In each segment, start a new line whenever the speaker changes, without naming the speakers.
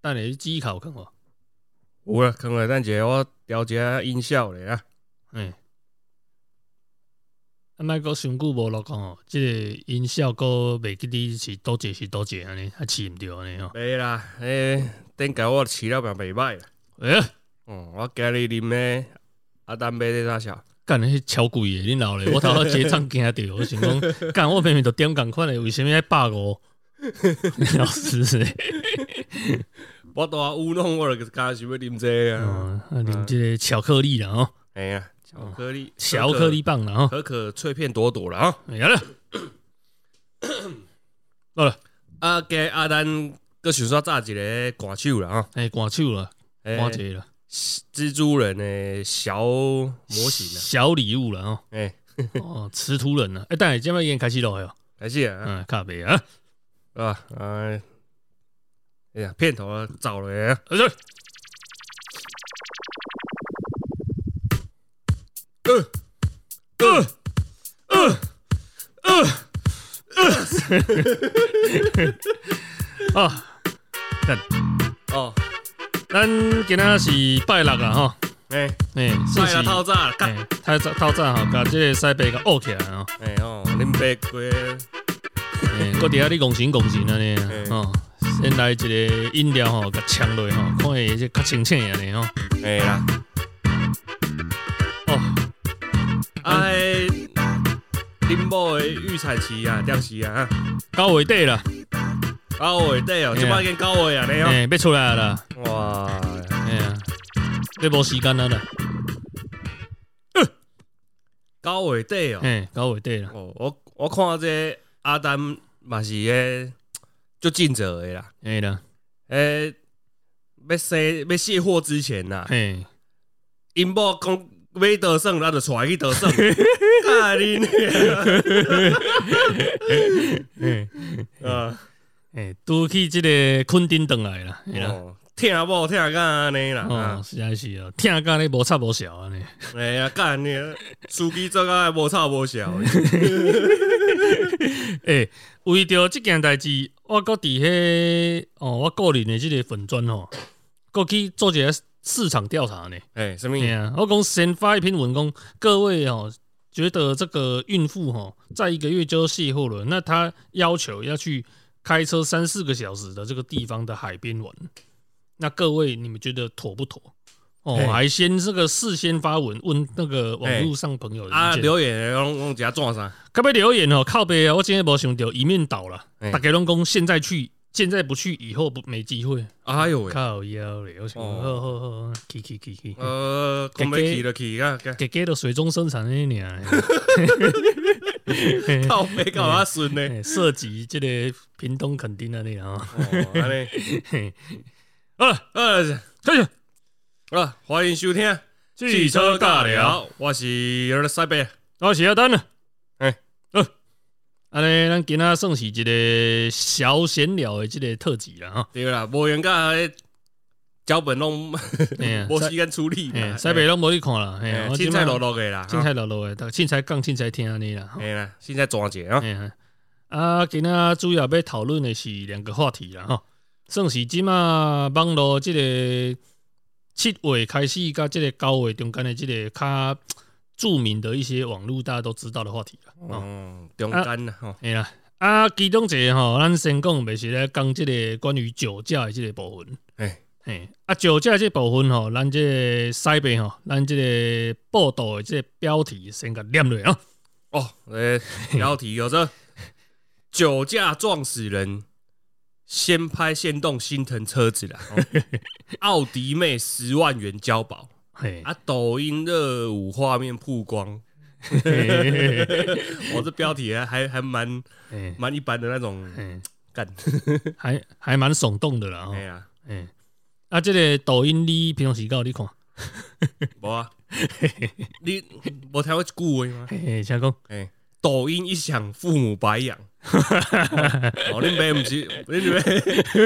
等下记忆卡有看无？
有啊啦，看下等者我调一下音效咧啊。
嘿，啊，莫阁伤久无落讲哦，即、个音效阁袂记你是倒一个是倒一个安尼，啊，饲毋着安尼哦。
袂啦，诶、顶下我饲了嘛袂歹啦。
诶、
嗯，我今日啉啊诶阿丹买咧啥潲？
干迄超贵诶，恁老 咧，我头仔结账惊着，我想讲，干我明明都点共款诶，为虾米爱百五？ 老师欸诶，
我大乌弄我就敢想要啉这个啊。
哦，啊，啉即个巧克力啦哦，
哎呀、巧克力，
巧克力棒啦哦，
可可，可可脆片朵朵啦啊。
哎呀了，好了，
啊，今日阿丹搁想煞炸一个歌手啦啊。
哎，挂手了，
诶
挂一个啦，
蜘蛛人的小哎模型啊，
小礼物啦哦，
哎、
哦，吃土人啦，哎，等下即摆已经开始落去哦。
还是啊，
嗯，卡贝啊，
是吧？哎，哎呀，片头啊找了啊，
哎呦
呃呃
啊，
哦，
咱今仔是拜六啦吼，
哎、
诶，
欸，
是
来
是哎
啊，，套炸，干，
诶，太早透早吼，甲即个西北甲拗起来吼，
哎、哦，恁爸过，
诶，
嗯
搁伫遐你拱神拱神安尼
嘿
啊，吼，先来一个饮料吼，甲呛落吼，看会这较清醒安尼吼，
哎、啦，
哦，
哎、恁某的预产期啊，掉期啊，
到月底啦，
九月底哦，
嘿啊
即摆已经九月啊，你哦，
诶，哎要出来了啦，
哇，
诶啊，你无时间啊啦，
九月底哦，
诶，哎到月底啦，
哦，我我看这阿丹嘛是个就尽责的啦。
诶哎啦，
诶、要生要卸货之前呐、啊，
诶，
因某讲要得胜，咱就带去得 胜。看你啊呢嗯
诶，
啊！
诶，哎拄去即个昆丁顿来啦，诶啦。
哦，听某听干安尼啦，
哦
啊，
实在是哦，听讲咧无插无啊潲 安尼。
哎呀干你，司机做啊无吵无笑。
嗯诶、欸为着即件代志，我搁伫迄哦，我个人的即个粉砖吼，搁去做一个市场调查呢。
哎，什么
哎？呀、我讲先发一篇文讲，各位哦，觉得这个孕妇哦，在一个月就要卸货了，那她要求要去开车三四个小时的这个地方的海边玩，那各位你们觉得妥不妥？哦，
嘿
还先这个事先发文问那个网络上朋友的
啊，
意见，
留言拢拢加转啥？
该不留言哦，靠背啊，我今天没想到一面倒了，
嘿
大家拢讲现在去，现在不去，以后不没机会，
哎呦喂，
靠腰嘞，我想
哦
讲好好好，去去去去。
呃，讲要去就去啊，
给给的水中生产那年，
靠北搞啊顺呢。
嘿涉及这个屏东垦丁那里啊。
哦，安尼，
嘿
啊啊
开始
啊！欢迎收听《
汽车尬聊，，
我是西北。
我是阿丹了。
嘿。
好，安尼咱今仔算是一个小闲聊的这个特辑了哈
对啦，无闲甲迄脚本拢
哎呀
无时间处理
嘿
啦，
西北拢无你看了，嘿
嘿
我
凊
现
彩
在
落落个啦，
凊彩落落的，大家凊彩讲凊彩听安尼啦。哈
嘿啦，凊彩抓者啊，
哎呀，啊，今仔主要要讨论的是两个话题啦，
哦
吼，算是即马网络即个七月开始，甲即个九月中间的即个较著名的一些网络大家都知道的话题啦，哦，
嗯，中间啦，吼，
哎啦，啊，其中一个吼，咱先讲袂是咧讲即个关于酒驾的即个部分，
哎，
嘿，啊，酒驾这部分吼，咱即个西边吼，咱即个报道的即个标题先甲念落啊，
哦，诶，标题有这酒驾撞死人，先拍现动心疼车子啦，哦奥迪妹十万元交保
嘿，
啊，抖音热舞画面曝光，
嘿嘿嘿嘿
我这标题还还还蛮
嘿
蛮一般的那种
嘿
干，
还还蛮耸动的啦。哦
哎，呀，
嗯，啊，这个抖音你平常时有你看，
无啊，你无听过一句话吗？
嘿嘿，请讲，
哎，抖音一响，父母白养。哦，恁爸毋是，恁爸，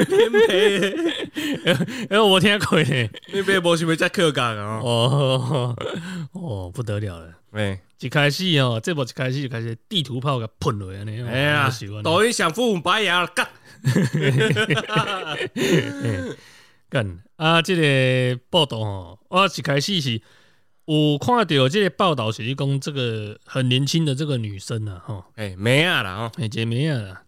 恁爸，
哎，我听过呢，
恁爸无想要遮客家啊！哦，
哦 哦，不得了了，
哎，
一开始哦，这部一开始就开始地图炮给喷落安尼，
哎呀，
啊抖
抖音响，父母白养，干！
干啊，这个报道吼，我一开始是有看到这个报道，是讲这个很年轻的这个女生啊，吼，
哎，没啊啦哦，
哎，这妹啊啦，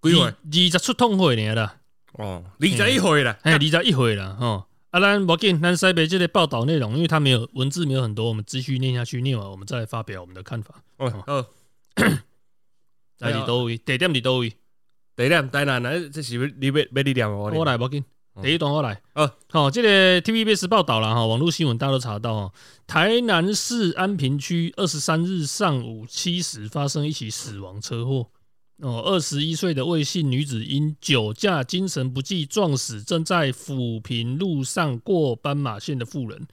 几岁
二二十出痛岁尔啦，
哦，二十一岁啦，
哎，二十一岁啦，吼。啊，咱无紧，咱西北这个报道内容，因为它没有文字没有很多，我们继续念下去，念完我们再发表我们的看法。
哦，好，
在
哎
伫
呀
倒位，地点伫倒位，
第一点台南啊，这是要你要要你念我
我来无紧。
嗯
第一段我来。
好，
好、这个 TVBS 报道了哈，网络新闻大家都查到哦。台南市安平区二十三日上午七时发生一起死亡车祸。哦，二十一岁的魏姓女子因酒驾、精神不济撞死正在抚平路上过斑马线的妇人，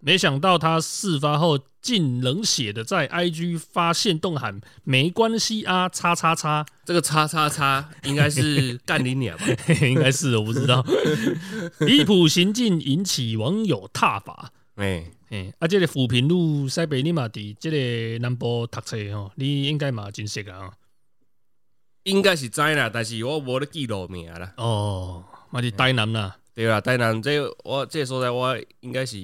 没想到她事发后竟冷血的在 IG 发现动喊“没关系啊，叉叉叉”，
这个叉叉叉应该 是干你娘吧？
应该是我不知 道。离谱行径引起网友挞伐。
哎，
嘿，啊，这个抚平路西北你嘛伫这个南部读册吼，你应该嘛真熟啊。
应该是知啦，但是我无咧记录名啦，
哦，嘛是台南啦。
对啦，台南这个我这个所在我应该是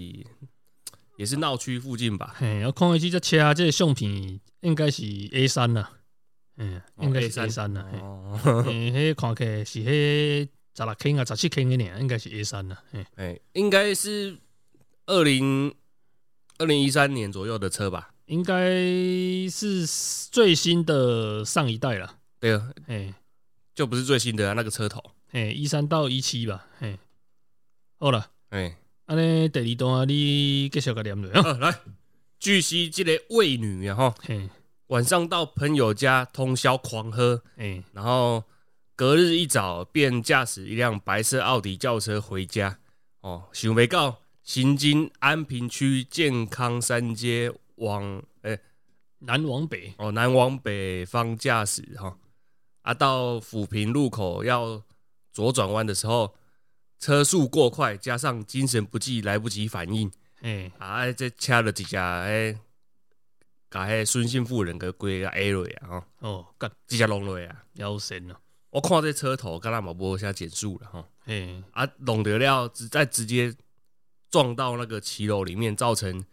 也是闹区附近吧？
嘿，我看伊这车啊这个相片应该是 A 三啦。嗯，应该是 A 三啦。嘿
哦，
嘿，迄看起来是迄十六 K 啊，十七 K 的呢，应该是 A 三啦。嘿，
哎，应该是二零二零一三年左右的车吧？
应该是最新的上一代啦。
对啊，
嘿。
就不是最新的啊，那个车头，
嘿，一三到一七吧，嘿，好啦，
哎，
安尼第二段啊，你继续甲念落啊，
好呃来，据悉这个卫女啊哈，
嘿，
晚上到朋友家通宵狂喝，
嘿，
然后隔日一早便驾驶一辆白色奥迪轿车回家。哦，想没到行经安平区健康三街往诶、
南往北，
哦南往北方驾驶哈、哦，啊到抚平路口要左转弯的时候，车速过快，加上精神不济，来不及反应
嘿，
啊，啊这掐了几下诶。哎把迄孙姓妇人给规个 A 落啊，吼，
哦，干
直接弄落啊！
腰神哦，
我看这车头，敢若嘛无啥减速了吼。
嘿，
啊，拢得了，直再直接撞到那个骑楼里面，造成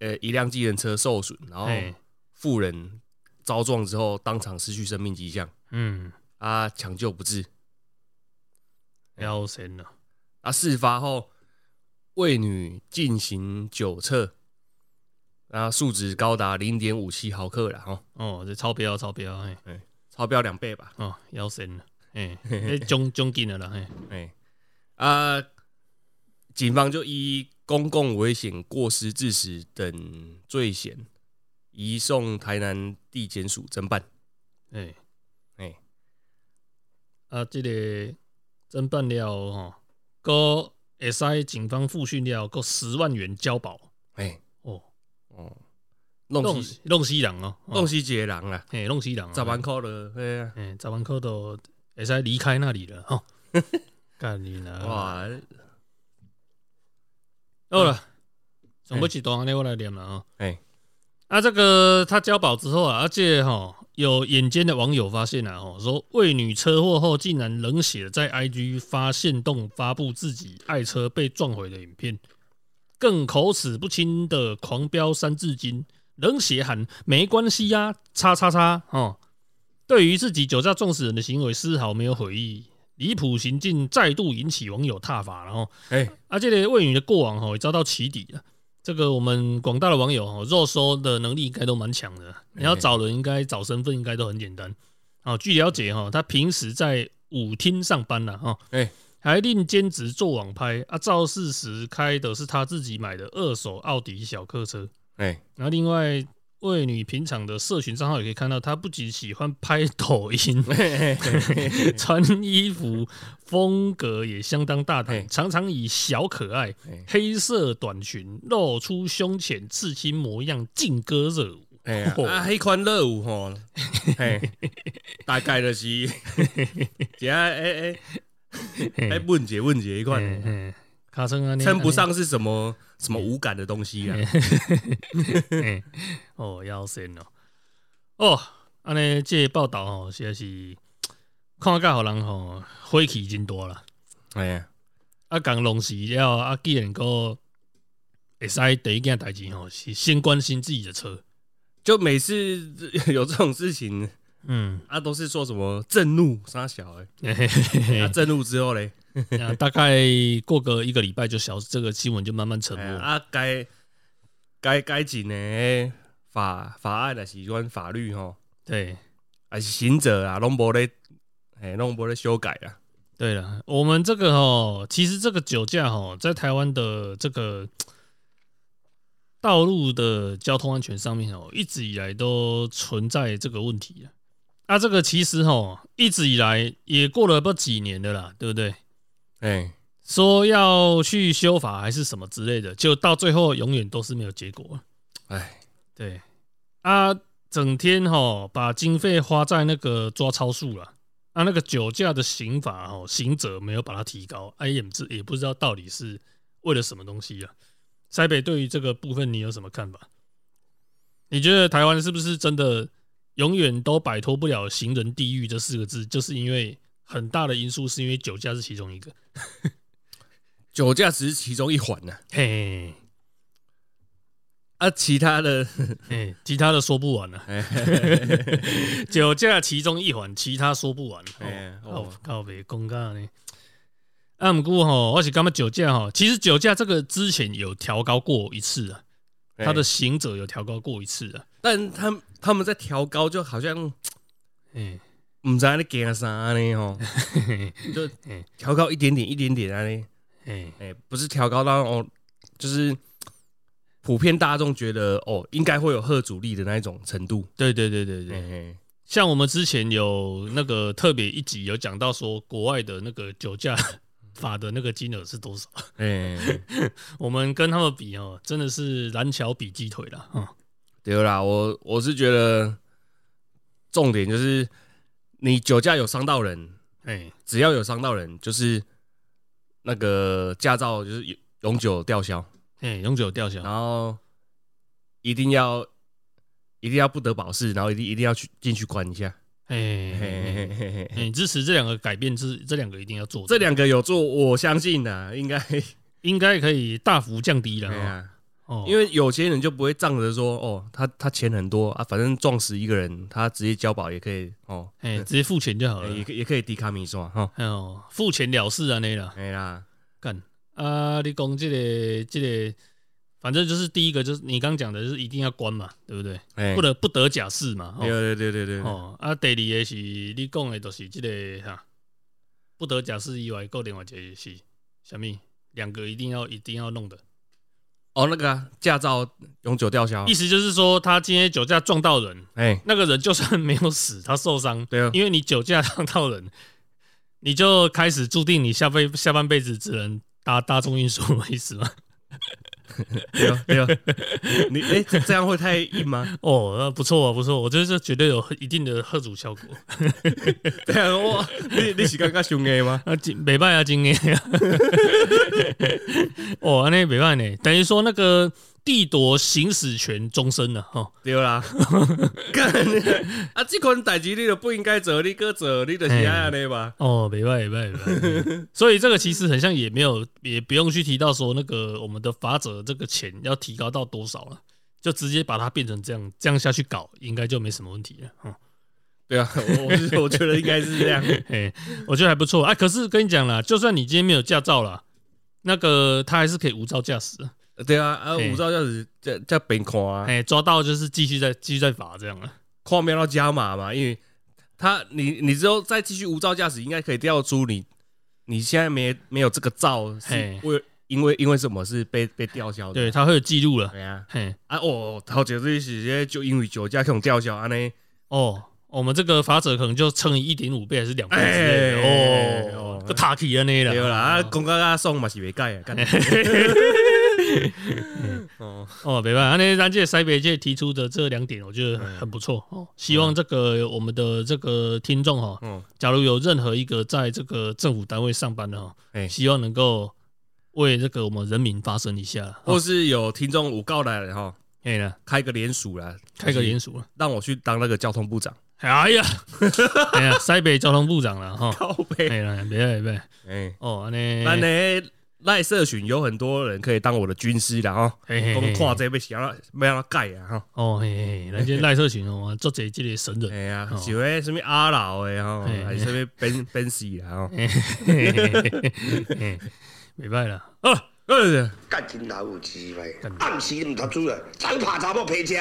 呃一辆计程车受损，然后
嘿，
妇人遭撞之后当场失去生命迹象，
嗯，
啊，抢救不治。
腰神哦，
啊，事发后，卫女进行酒测，啊，数值高达零点五七毫克了哈，
哦，这超标超标，嘿，
超标两倍吧，
哦，腰神哦，嘿，迄将将近了啦，嘿，
哎、啊，警方就依公共危险过失致死等罪嫌，移送台南地检署侦办。
嘿，
哎、
啊，这个侦办了吼，哥会使警方复讯了，够十万元交保，
哎、
哦，
哦，弄
弄
死
死弄死人哦，哦
弄死一个人啊，
嘿，弄死人哦，
十万块了，哎呀、
哎、早班课都会使离开那里了吼。干你呢？哇，
哇，
好了，上尾一段呢，我来念了啊。
哎
啊，这个他交保之后啊，而且哈，有眼尖的网友发现啊，吼，说为女车祸后竟然冷血地在 IG 发现动发布自己爱车被撞毁的影片，更口齿不清的狂飙三字经，冷血喊没关系呀、叉叉叉哦。对于自己酒驾撞死人的行为丝毫没有悔意，离谱行径再度引起网友挞伐，然后
哎、
啊，这个魏女的过往吼也遭到起底了。这个我们广大的网友吼肉搜的能力应该都蛮强的，你要找人应该找身份应该都很简单。哦，据了解哈，他平时在舞厅上班了哈，
哎
还另兼职做网拍啊，肇事时开的是他自己买的二手奥迪小客车。
哎、
然后另外，魏女平常的社群账号也可以看到，她不仅喜欢拍抖音， 穿衣服风格也相当大
嘿
胆，常常以小可爱
嘿、
黑色短裙、露出胸前刺青模样劲歌热舞。
哎呀、
哦
啊，迄款乐舞吼，嘿，大概就 是一下，哎哎哎，问姐问姐一款，
嗯嗯，卡称啊，
称不上是什么什么无感的东西啊。
嘿哦，腰身哦，哦，安尼这个报道吼、实在是看甲互人吼、火气真大啦。
哎呀，
啊，共弄死了啊，既然个会使第一件代志吼，是先关心自己的车。
就每次有这种事情，
嗯，
啊，都是说什么震怒杀小哎、
嘿嘿嘿嘿
欸，啊，震怒之后嘞，
啊大概过个一个礼拜就消失，这个新闻就慢慢沉
哎
默。
呀啊，该该该紧的法法案的是关法律吼，
对，
还是行者啊，拢无咧，哎，拢无咧修改啊，
对了，我们这个哦，其实这个酒驾哦，在台湾的这个道路的交通安全上面哦，一直以来都存在这个问题啊。啊，这个其实哦，一直以来也过了不几年的啦，对不对？
哎、
说要去修法还是什么之类的，就到最后永远都是没有结果。
哎，
对啊，整天吼把经费花在那个抓超速了，啊，那个酒驾的刑罚哦，刑责没有把它提高，哎、也不知也不知道到底是为了什么东西啊。塞北对于这个部分你有什么看法？你觉得台湾是不是真的永远都摆脱不了“行人地狱”这四个字？就是因为很大的因素是因为酒驾是其中一个。
酒驾只是其中一环呐、啊，
嘿，
啊，其他的，
嘿，哎其他的说不完了、
哎、
酒驾其中一环，其他说不完。
哎
哦
哦，
靠北公告呢？啊，毋过吼，我是感觉酒驾吼，其实酒驾这个之前有调高过一次啊，他的
哎，
刑者有调高过一次啊。
但他们他们在调高，就好像
哎，
唔知道在惊啥呢吼，就
哎
调高一点点一点点啊呢。
哎，
哎、不是调高到哦，就是普遍大众觉得哦，应该会有贺阻力的那一种程度。
对对对对
哎、
对，像我们之前有那个特别一集有讲到说，国外的那个酒驾
嗯
法的那个金额是多少？
哎、
我们跟他们比哦，真的是蓝桥比鸡腿了啊。
对啦，我我是觉得重点就是你酒驾有伤到人，
哎，
只要有伤到人，就是那个驾照就是永永久吊销，
哎，永久吊销
然。后一定要一定要不得保释，然后一定一定要去进去关一下。
哎
嘿嘿
哎
嘿嘿嘿
哎，支持这两个改变是这两个一定要做的，
这两个有做，我相信呐、应该。
应该可以大幅降低了
对
哦。
啊，
哦，
因为有些人就不会仗着说哦，他他钱很多啊，反正撞死一个人，他直接交保也可以哦，
哎、直接付钱就好
呃
了。
也可也可以抵卡米刷哈，
哎呦，付钱了事啊，那啦
哎啦，
干啊！你讲这个这个，反正就是第一个就是你刚讲的，就是一定要关嘛，对不对？
哎
不，得不得假释嘛。
对
哦
对对对对，
哦啊，第二个是你讲的，就是这个哈、不得假释以外，够另外一个是什么？两个一定要一定要弄的，
哦那个啊驾照永久吊销
意，思就是说，他今天酒驾撞到人，
哎，
那个人就算没有死，他受伤，
对啊，
因为你酒驾撞到人，你就开始注定你下辈下半辈子只能搭大众运输，意思吗？
对啊 对啊，你哎这这样会太硬吗？
哦，那不错啊，不错，我觉得这绝对有一定的贺主效果。
对啊，我你你是刚刚凶 A 吗？
啊，今北拜啊，今年， 哦，安尼北拜呢，等于说那个地夺行使权终身了哦哈。
对 啦，干啊，这款代志你就不应该做，你哥做，你就是安尼吧，
哦，北拜北拜北拜， 所以这个其实很像也没有，也不用去提到说那个我们的法则这个钱要提高到多少了。就直接把它变成这样，这样下去搞，应该就没什么问题了。嗯
对 啊，我我是我觉得应该是这样，
嘿，我觉得还不错啊。可是跟你讲啦，就算你今天没有驾照啦，那个他还是可以无照驾驶啊。
对啊，啊，
嘿
五照就是在在边看啊，
哎、抓到就是继续再继续再罚这样了。
看瞄到加码嘛，因为他你你之后再继续无照驾驶，应该可以调出你你现在没没有这个照
嘿
是为因为因为什么是被被吊销的？
对，他会有记录了。
对啊
嘿，
啊哦，头前这些就因为酒驾可能吊销安尼，
哦，我们这个罚则可能就乘以一点五倍还是两倍之类的、
哎
哦
哦，
个塔起啊那
对啦，啊，
了。
公家啊送嘛是袂改啊，干 哦，
哦，没办法，那咱这塞北界提出的这两点，我觉得很不错哦。希望这个我们的这个听众哈、
嗯，
假如有任何一个在这个政府单位上班的哈、哦
哎，
希望能够为这个我们人民发声一下。
或
哦，
是有听众有告来了哈，
可以了，
开个联署啦，
开个联署了。
让我去当那个交通部长，
哎呀， 哎呀，塞北交通部长了哈。
靠
可
背，
以了，别别别，
哎，
哦，安尼，
咱呢赖社群有很多人可以当我的军师啦哦，
嘿嘿嘿
讲看这被想要被他盖啊哈，
哦嘿嘿，嘿人家赖社群哦，做这这类神人，
哎呀
哦，
就迄什么阿老的吼，
嘿
还是什么奔奔西啦吼，
嘿嘿嘿嘿嘿没办啦，
好了，呃，
干真老有智慧，暗时毋读书啊，早拍查某皮车，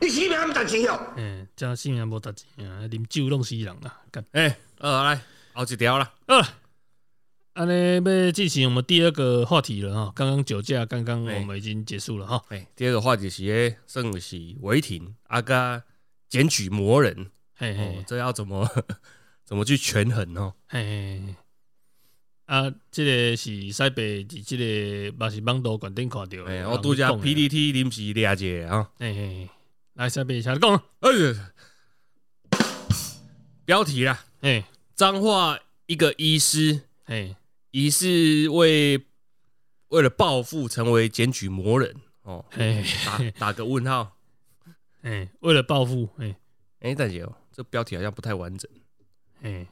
你死命毋赚钱哦！
嗯，真性命无值钱啊，啉酒弄死人啦，干。
哎，呃，来，后一条啦，
好了，安尼要进行我们第二个话题了哈。刚刚酒驾，刚刚我们已经结束了哈。
哎，第二个话题是诶，算是违停啊，甲检举魔人，
嘿
哦
嘿，
这要怎么 怎么去权衡哦？
嘿嘿，嘿啊，这个是西北伫这个嘛是网络观点看到的。
哎，
哦人
我拄则
讲的啊
PDT 临时掠者啊，
嘿嘿，嘿来西北先讲。
哎呀，标题啦，
嘿，
彰化一个医师
嘿，
疑似为为了报复成为检举魔人哦，
嘿，
打
嘿
打个问号。
嘿，为了报复，嘿，
哎、大姐哦，这标题好像不太完整。
嘿，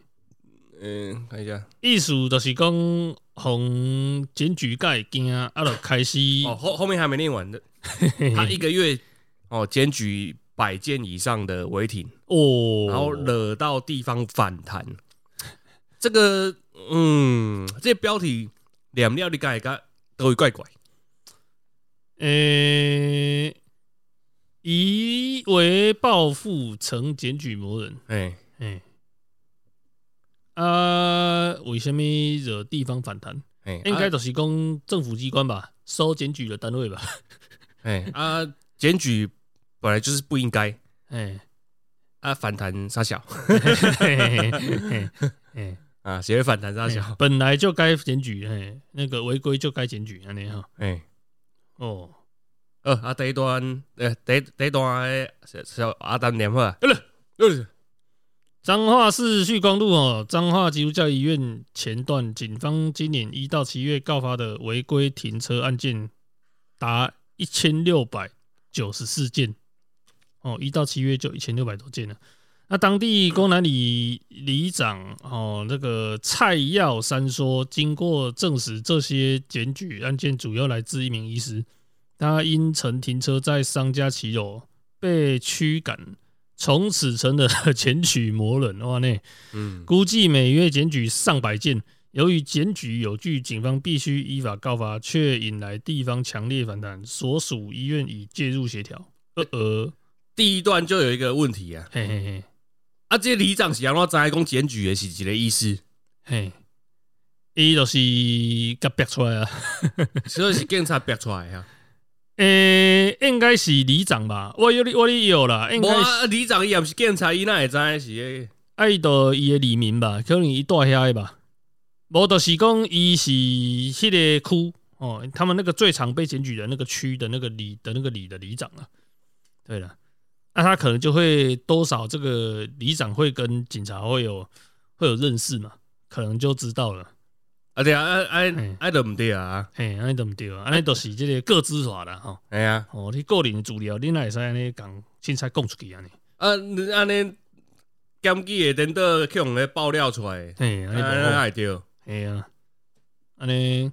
嗯，看一下
意思就是讲，红检举盖惊，啊，就开始，
哦，后后面还没念完的。
嘿
他
嘿
一个月哦检举百件以上的违停，
哦，
然后惹到地方反弹。这个嗯，这标题两料你改改都有怪怪。
诶、呃以为报复曾检举某人，
哎、
诶、啊，为什么惹地方反弹？
哎、
应该
啊
就是讲政府机关吧，收检举的单位吧，
哎啊，检、举本来就是不应该
诶、
啊，反弹傻小
嘿嘿嘿嘿嘿
啊，谁会反弹傻小？
本来就该检举，嘿、那个违规就该检举，安尼哈，
哎、
哦，
呃啊，第一段，呃，第一第一段的小小阿丹念好啊，呃呃，
彰化市旭光路哦，彰化基督教医院前段，警方今年一到七月告发的违规停车案件达一千六百九十四件，哦，一到七月就一千六百多件了。那当地公南里里长哦，那个蔡耀山说，经过证实，这些检举案件主要来自一名医师，他因曾停车在商家骑楼被驱赶从此成了 检举魔人哇内，
嗯，
估计每月检举上百件。由于检举有据，警方必须依法告发，却引来地方强烈反弹。所属医院已介入协调。呃呃，
第一段就有一个问题啊，
嘿嘿嘿
啊，这里长是安怎知讲检举的是一个意 思，
嘿，伊就是甲逼出来啊。
所以是警察逼出来的啊。
诶、应该是里长吧？我有你，我你有啦，应
无
该是
啊，里长伊也不是警察，伊哪会知道是
爱到啊伊的里民吧，可能伊住遐的吧。无就是讲伊是迄个区哦，他们那个最常被检举的那个区的那个里的那个里的里长啊。对了，那他可能就会多少这个里长会跟警察会有会有认识嘛，可能就知道了。
啊对啊，啊啊
嗯
啊，都毋对啊，
嘿，安尼都毋对啊，安尼都是即个各自法啦吼。
哎呀，
哦，你个人的资料，你哪会使安尼讲，凊彩讲出去安尼？
啊，你安尼检举的等到去用个爆料出来，
嘿，安
安
尼
尼
不好。
会对。
嘿啊，安尼。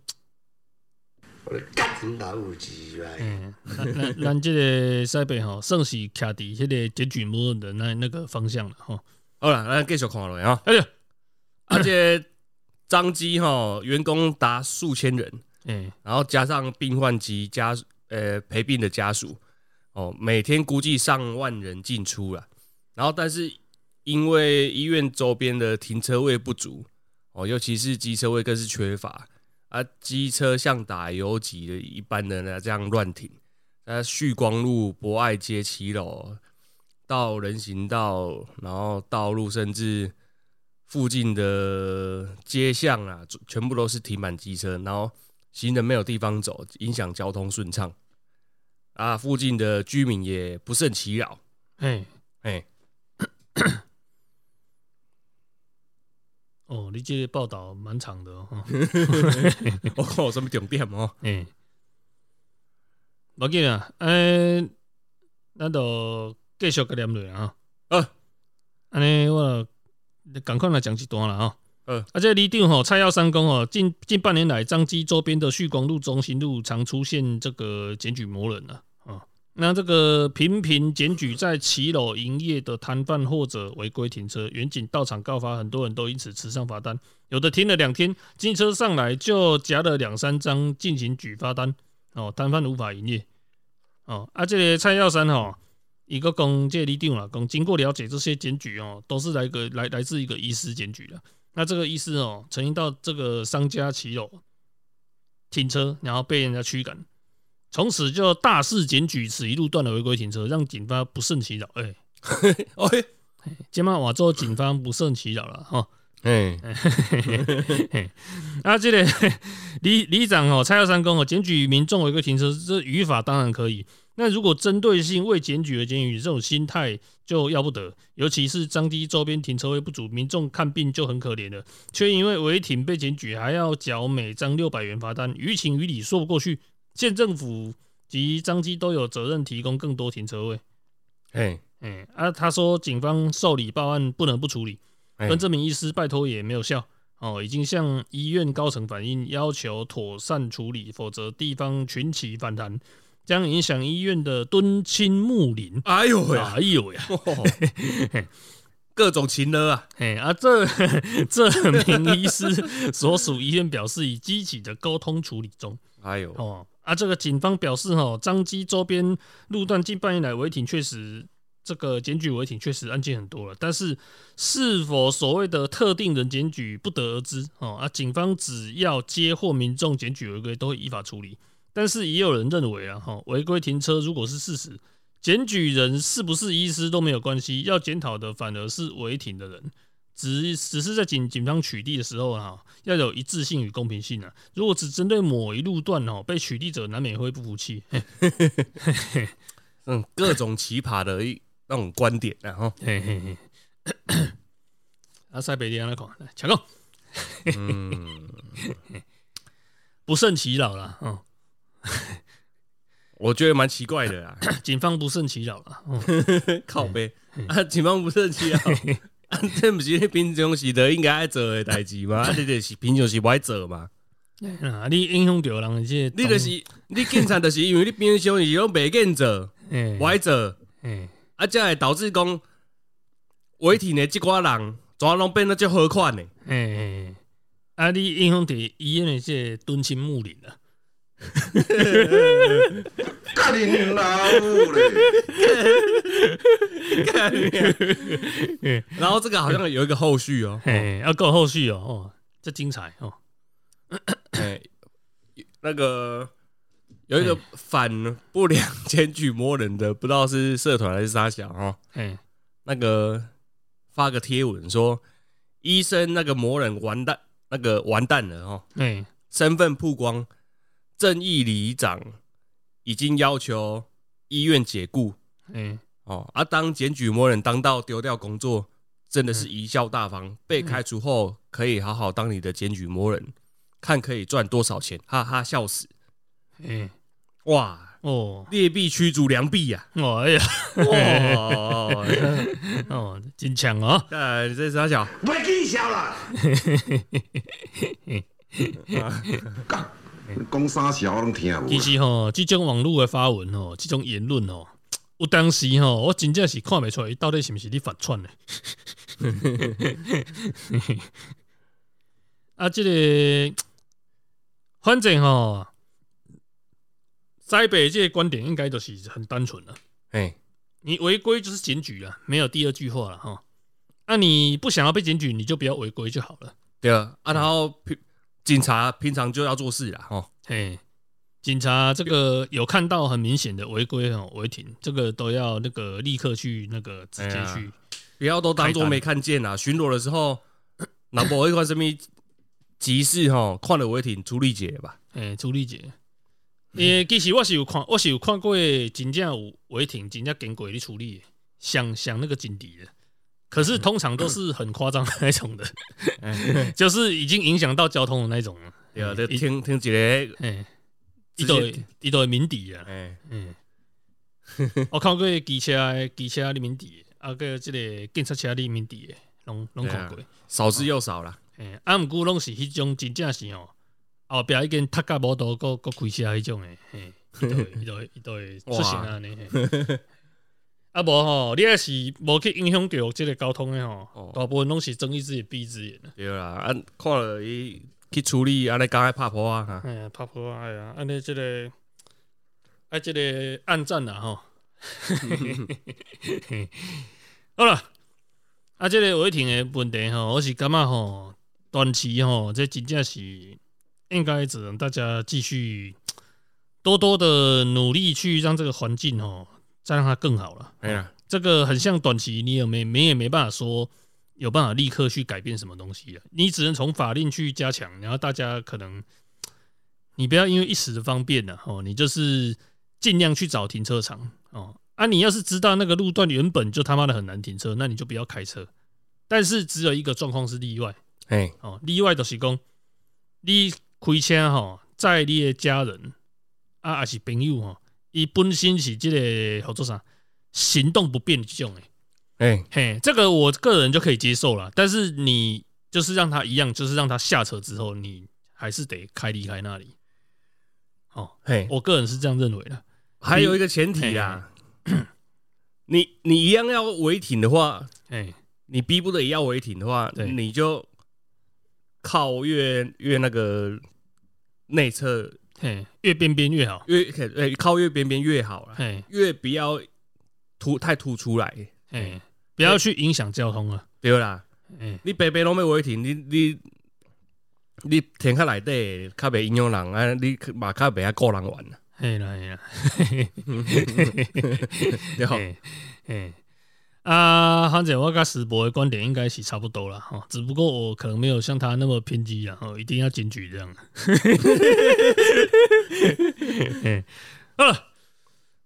干真老有智慧，
嗯，咱咱咱这个西北吼，算是徛伫迄个检举魔人的那那个方向了吼。
好啦，咱继续看落去啊。
哎呦，
而且张机吼，员工达数千人，
哎
然后加上病患及家呃陪病的家属，哦，每天估计上万人进出啦。然后，但是因为医院周边的停车位不足，哦，尤其是机车位更是缺乏啊，机车像打游击的一般的呢这样乱停。那旭光路、博爱街、骑楼到人行道，然后道路甚至附近的街巷啊，全部都是停满机车，然后行人没有地方走，影响交通顺畅。啊，附近的居民也不胜其扰。
哎，
哎、
哦，你这个报道蛮长的哦。
我看有什么重点 哦？
哎，无要紧啊，哎，咱就继续个念落啊。
啊，
安尼我就赶快来讲一段了啊。
呃，
而且离定吼蔡耀三公哦，近近半年来，彰基周边的旭光路、中心路常出现这个检举魔人啊。啊，那这个频频检举在骑楼营业的摊贩或者违规停车，远警到场告发，很多人都因此吃上罚单。有的停了两天，机车上来就夹了两三张进行举发单，哦，摊贩无法营业。哦，啊，这个蔡耀三吼、一个讲这个里长啦，讲经过了解，这些检举哦，都是来个来来自一个医师检举的。那这个医师哦，曾经到这个商家骑楼停车，然后被人家驱赶，从此就大肆检举此一路段的违规停车，让警方不胜其扰。哎、欸，
哦嘿，
今嘛我做警方不胜其扰了哈。
哎，
啊，这个里里长哦，蔡耀三公哦，检举民众违规停车，这语法当然可以。那如果针对性为检举而检举，这种心态就要不得。尤其是彰基周边停车位不足，民众看病就很可怜了，却因为违停被检举，还要缴每张六百元罚单，于情于理说不过去。县政府及彰基都有责任提供更多停车位。
哎，
哎、啊，他说警方受理报案不能不处理。
哎
跟这名医师拜托也没有效哦，已经向医院高层反映，要求妥善处理，否则地方群起反弹，将影响医院的敦亲睦邻。
哎呦喂，
哎呦呀，
哦各种情了啊，
哎啊，这 这名医师所属医院表示，已积极的沟通处理中。
哎呦，
哦，啊，这个警方表示，哦，张基周边路段近半年来违停确实，这个检举违停确实案件很多了，但是是否所谓的特定人检举不得而知。哦，啊，警方只要接获民众检举违规，都会依法处理。但是也有人认为啊，哈、违规停车如果是事实，检举人是不是医师都没有关系，要检讨的反而是违停的人。只只是在警警方取缔的时候啊，要有一致性与公平性啊。如果只针对某一路段哦，被取缔者难免会不服气。嘿
嗯，各种奇葩的一那种观点啊，哈，
嘿嘿嘿，啊，塞北利亚那款，来抢购
嗯，
不胜其扰了哦，
我觉得蛮奇怪的 啦，
警方不胜其扰了哦。
靠呗，啊，警方不生 气啊。啊，这不是平常时的应该爱做的代志吗？啊，你就是平常时不爱做嘛。
啊，你影响到人的这个
你
动，
就是你警察，就是因为你平常时拢袂见做，
嘿
不爱做，
嘿
啊，才会导致讲违停的即寡人，怎拢变得足好款的？
嘿嘿，啊，你影响到医院的这个敦亲睦邻啊。
干你老母嘞！
然后这个好像有一个后 续哦，
嘿，要够后续哦，哦，这精彩哦。
哎，那个有一个反不良 检举魔人的，不知道是社团还是啥小哦，
嘿，
那个发个贴文说，医生那个魔人完蛋，那个完蛋了哦，
嘿，
身份曝光，正义里长已经要求医院解雇
嘿，
哦，啊，当检举魔人当到丢掉工作，真的是贻笑大方。被开除后，可以好好当你的检举魔人，看可以赚多少钱，哈哈，笑死！
嘿，
哇，
哦，
劣币驱逐良币呀、
哦，哎呀，
啊！哇，
哦，真强哦。
呃，你这傻小，
别计较啦！讲讲啥小我拢听无
其
啦。
实吼，这种网络的发文吼，这种言论吼，有当时吼，我真正是看不出来，到底是不是你反串的。 啊，这个反正吼，西北这个观点应该就是很单纯了。
哎，
你违规就是检举啊，没有第二句话了哈。那、啊、你不想要被检举，你就不要违规就好了。
对啊，啊，然后平警察平常就要做事啦，哦，
嘿，警察这个有看到很明显的违规哦，违停，这个都要那个立刻去那个直接
哎
去
呀。不要都当做没看见啦。巡逻的时候，那无一块什么急事吼，看了违停处理解吧。
诶、朱丽姐，诶、其实我是有 看，我是有看过真正有违停，真正经过你处理的，想想那个警笛的。可是通常都是很夸张的那种的，
哎
就是已经影响到交通的那种了。
对啊，就听听一个，
哎，
直
一
接
堆一堆鸣笛啊，
哎，
嗯， 我看过机车的、机车的鸣笛的，啊个即个警察车的鸣笛的，拢拢看过。
少之又少啦。
诶，啊，毋过拢是迄种真正是哦，后壁已经踢甲无多，搁搁开车迄种诶，嘿，伊 都会伊都会伊都会出现安尼。嘿 啊无吼，你若是无去影响着即个交通诶吼
哦，
大部分拢是睁一只眼闭一只眼啊。
对啦，啊，看了伊去处理，安尼讲爱拍破啊，哈
哎呀，拍破啊哎呀，安尼即个，啊，即个暗战啦吼。 好啦，啊，即、个违停的问题吼，我是感觉吼，短期吼，这真正是应该只能大家继续多多的努力去让这个环境吼，再让它更好了。
哎呀，
这个很像短期，你也没没也没办法说有办法立刻去改变什么东西了，你只能从法令去加强，然后大家可能你不要因为一时的方便了哦，你就是尽量去找停车场哦。啊，你要是知道那个路段原本就他妈的很难停车，那你就不要开车。但是只有一个状况是例外
嘿，
哦，例外就是讲你开车吼，载你的家人啊，还是朋友吼，伊本身是这个合作啥行动不便这种的。
嘿，
嘿，这个我个人就可以接受了，但是你就是让他一样，就是让他下车之后，你还是得开离开那里。哦，
嘿，
我个人是这样认为的。
还有一个前提啊，你你一样要违停的话，
哎，
你逼不得已要违停的话，
对
你就靠越越那个内侧
嘿，越边边越好。
越呃靠越边边越好了，
嘿，
越不要突太突出来，
嘿，不要去影响交通啊。
对啦。
哎，
你白白拢要违停，你你你停较内底，较袂影响人啊，你嘛较袂晓顾人玩啊，
嘿啦嘿啦，
对吼，
嘿，嘿。啊，韩姐，我跟石博的观点应该是差不多了哈，只不过我可能没有像他那么偏激然后一定要检举这样。嘿好了，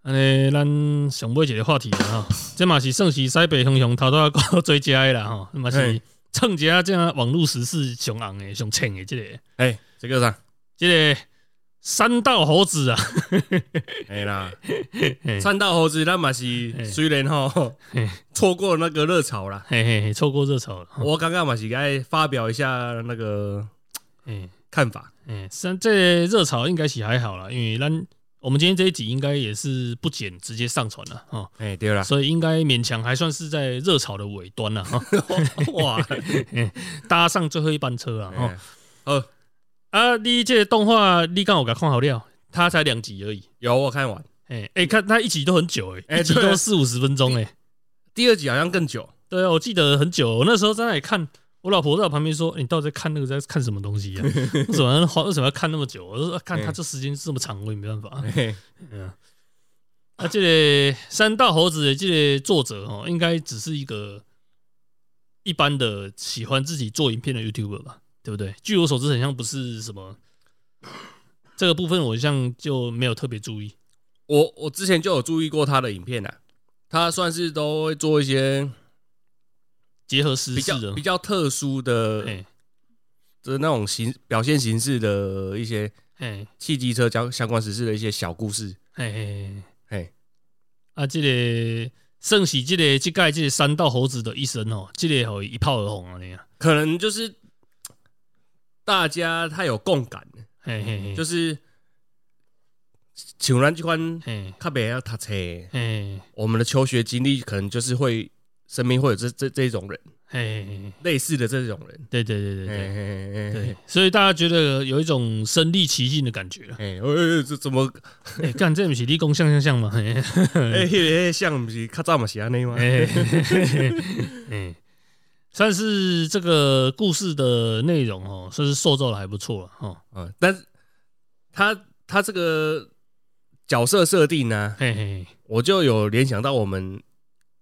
安尼咱上尾一个话题啦吼，这嘛是算是西北风向头啊头到最佳的啦吼，嘛是
嘿
蹭一下这样网络时事上红的、上蹭的这个，
哎、这个啥？
这个三道猴子啊，
哎啦
嘿，
三道猴子，咱嘛是虽然吼
嘿
错过那个热潮啦，
嘿嘿嘿，错过热潮了。吼
我刚刚嘛是该发表一下那个
嘿
看法，
嗯，三这个热潮应该是还好啦，因为咱我们今天这一集应该也是不剪直接上传了哦，
哎、对啦，
所以应该勉强还算是在热潮的尾端了哈，
哇，
搭上最后一班车了哈
哎。哦，
啊，你这个动画你刚我给它看好料，它才两集而已，
有我看完，
哎、哎、看它一集都很久哎、
哎
一集
对
都
啊
四五十分钟 哎、
第二集好像更久，
对啊，我记得很久，我那时候在那里看。我老婆在我旁边说：“你到底在看那个在看什么东西啊？ 为什么要花为什么要看那么久？”我说：“啊
哎
看他这时间这么长，我也没办法。”
嘿
嗯，啊，这个三道猴子的这个作者哦，应该只是一个一般的喜欢自己做影片的 YouTuber 吧，对不对？据我所知，很像不是什么这个部分，我像就没有特别注意。
我我之前就有注意过他的影片啦，他算是都会做一些
结合时
比
事
较
的
比，较特殊的
哎
就是那种形表现形式的一些
哎
汽机车相相关实事的一些小故事。
哎哎，
嘿，
啊，这个盛喜这个这盖这个三道猴子的一生哦，这个吼一炮而红啊，那样，
可能就是大家太有共感了，
嘿嘿嘿，
就是是像咱这款
嘿
较袂晓读册的，
嘿
我们的求学经历可能就是会身边会有这这这种人，
嘿嘿，
类似的这种人。
对对对对对。
嘿嘿
对
嘿，
所以大家觉得有一种身临其境的感觉了。
嘿，哎，哎这怎么？
哎、干这不是立功像像像嘛？嘿
哎，迄个像不是较早嘛是安尼吗？
哎、哎算是这个故事的内容哦，算是塑造的还不错了哦。
啊，但是他他这个角色设定呢、
嘿嘿
我就有联想到我们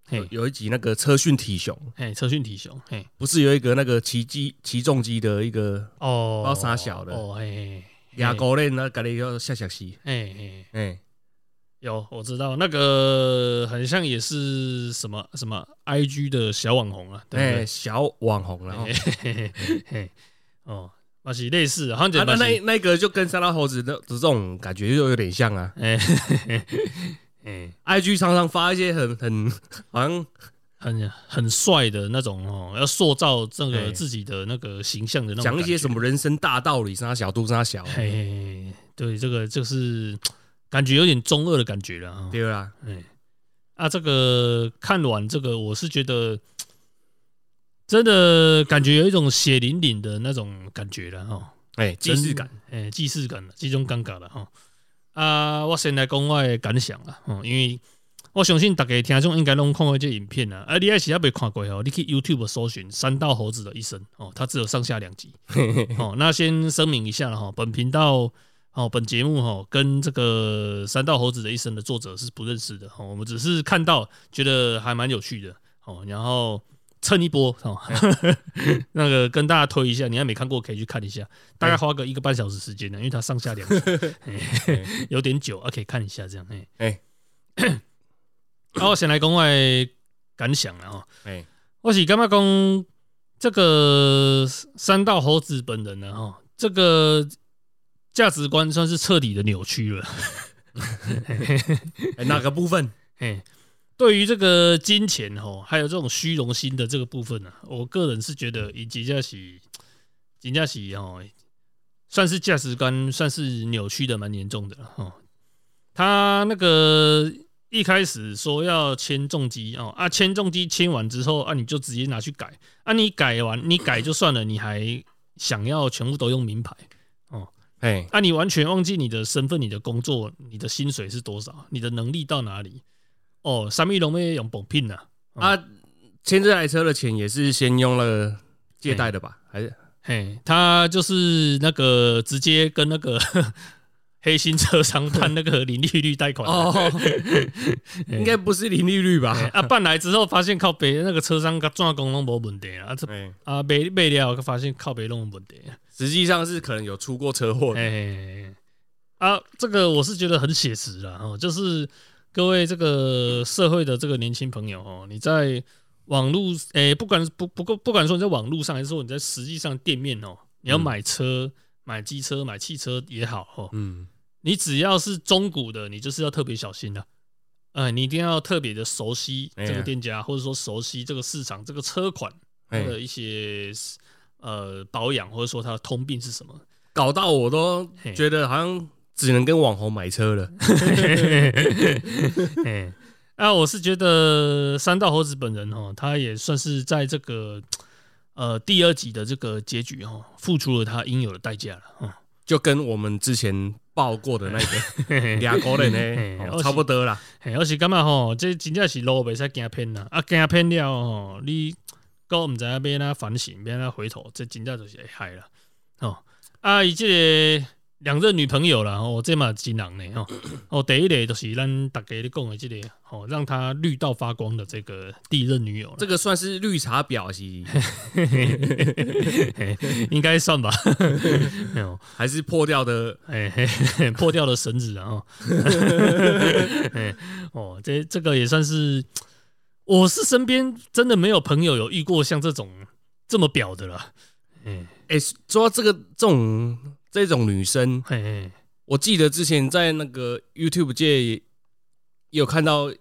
有
嘿
有一集那个车讯体雄，
嘿，哎车讯体雄，嘿
不是有一个那个骑机骑重机的一个
哦，
不知道啥小的
哦，嘿
牙膏链，那咖喱要下下西，
嘿嘿，
哎，
有我知道那个很像也是什么什么 IG 的小网红啊，
哎，
对
小网红，
不
哦啊然后
对？嘿嘿嘿嘿，哦，那是类似，好像
啊，
就
那
是
那那个就跟三大猴子的这种感觉就有点像 啊。
哎嘿嘿嘿，
IG 常常发一些很很好像
很很帅的那种哦，要塑造这
哎
个自己的那个形象的那种感
讲
觉，
一些什么人生大道理，啥小度啥小，
嘿？嘿嘿，对，这个就是感觉有点中二的感觉了啊。
对啦，
哎，啊，这个看完这个，我是觉得真的感觉有一种血淋淋的那种感觉哦了哈，
哎，既视感，，
哎，既视感了，这种尴尬了哈。啊，我先来讲我的感想啊，吼，因为我相信大家听众应该拢看过这影片啊，啊，你也是也没看过哦，你去 YouTube 搜寻《三道猴子的一生》哦，它只有上下两集。哦，那先声明一下了哈，本频道哦，本节目哈跟这个《三道猴子的一生》的作者是不认识的哦，我们只是看到觉得还蛮有趣的哦，然后蹭一波哦， 那个跟大家推一下，你还没看过可以去看一下，大概花个一个半小时时间呢，因为它上下两集嘿有点久啊，可以看一下这样哎。
哎
那我先来讲我的感想了哈，
哎，
我是感觉讲这个三道猴子本人呢，哈，这个价值观算是彻底的扭曲了。
哎哪个部分？
嘿，哎对于这个金钱哈，还有这种虚荣心的这个部分呢、啊我个人是觉得以金价喜，金价喜哦，算是价值观算是扭曲的蛮严重的哦。他那个一开始说要签重机哦啊，签重机签完之后啊，你就直接拿去改啊，你改完你改就算了，你还想要全部都用名牌。
哎，
啊，你完全忘记你的身份、你的工作、你的薪水是多少，你的能力到哪里。哦，三米龙妹用本聘呐、
啊，签这台车的钱也是先用了借贷的吧？还是
嘿，他就是那个直接跟那个 黑心车商办那个零利率贷款啊、
哦，应该不是零利率吧？
嘿啊，办来之后发现靠北那个车商跟转工拢无问题啊，啊这
哎，
啊卖卖了发现靠北拢有问题啊。
实际上是可能有出过车祸的。
哎，啊，这个我是觉得很写实啦，哦，就是各位这个社会的这个年轻朋友哦，你在网络，哎、不管不不过不管说你在网络上，还是说你在实际上店面哦，你要买车、买机车、买汽车也好哦，
嗯，
你只要是中古的，你就是要特别小心了、哎、你一定要特别的熟悉这
哎呀
个店家，或者说熟悉这个市场、这个车款它
哎
的一些呃保养，或者说它的通病是什么。
搞到我都觉得好像只能跟网红买车了。
哎， 啊，我是觉得三道猴子本人哦，他也算是在这个呃第二集的这个结局哦，付出了他应有的代价了。哦
就跟我们之前报过的那个
嘿嘿
俩狗人
嘿
呢，
我
哦
是
差不多啦。
嘿，我是感觉吼，这真正是路袂使惊骗啦，啊，惊骗了吼，你都毋知影要安怎反省，要安怎回头，这真正就是会害啦。哦，啊，伊即个两任女朋友啦，哦，这嘛真人呢，哦，哦，第一个就是咱大家咧讲的即、个，哦，让他绿到发光的这个第一任女友啦，
这个算是绿茶婊是
应该算吧。 没有，
还是破掉的？
哎、嘿嘿 破掉了绳子啊！哦，哎哦，这这个也算是，我是身边真的没有朋友有遇过像这种这么表的了。哎
哎，说到这个这种这种女生，
嘿哎嘿，
我记得之前在那个 YouTube 界也有看到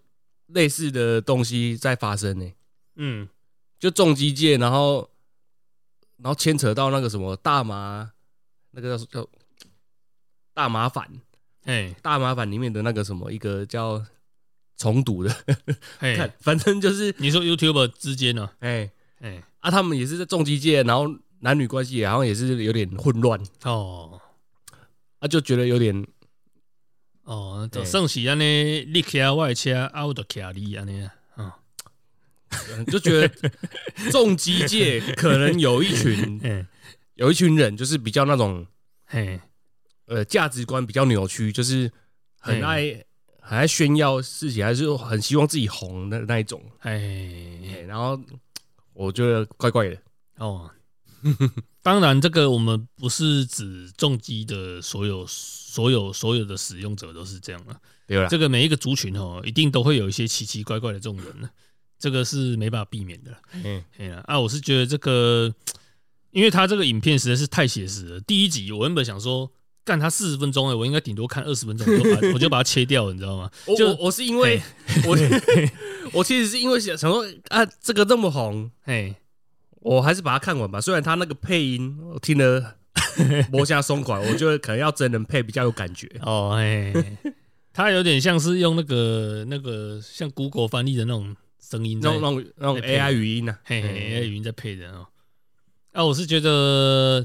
类似的东西在发生呢、
嗯，
就重机界，然后然后牵扯到那个什么大麻，那个叫叫大麻反，
哎
大麻烦里面的那个什么一个叫重读的， 看
哎，
反正就是
你说 YouTuber 之间呢、
哎、
哎
啊，他们也是在重机界，然后男女关系也好像也是有点混乱，
哦
啊，就觉得有点
哦，
哎
就算是安尼，你骑我的车，啊，我就骑你安尼啊。嗯
就觉得重机界可能有一群
哎
有一群人就是比较那种
嘿，
呃价值观比较扭曲，就是很
嗯
爱很爱炫耀事情，还是很希望自己红的那一种，
哎
哎、然后我觉得怪怪的，
哦，当然，这个我们不是指重机的所有、所有、所有的使用者都是这样了。
对啊吧？
这个每一个族群哦，一定都会有一些奇奇怪怪的这种人呢，这个是没办法避免的啦。
嗯，
哎呀，啊，我是觉得这个，因为他这个影片实在是太写实了。第一集我原本想说，干他四十分钟哎，我应该顶多看二十分钟，我就把 我就把它切掉了，你知道吗？
我
就
我我是因为我 我其实是因为想想说啊，这个这么红，
哎，
我还是把它看完吧。虽然它那个配音我听 了摸下松垮，我觉得可能要真人配比较有 感觉。
哦哎，他有点像是用那个那个像 Google 翻译的那种声音在，
那种那种那种
在配
AI 语音呢、啊？
嘿嘿，语音在配的哦。啊，我是觉得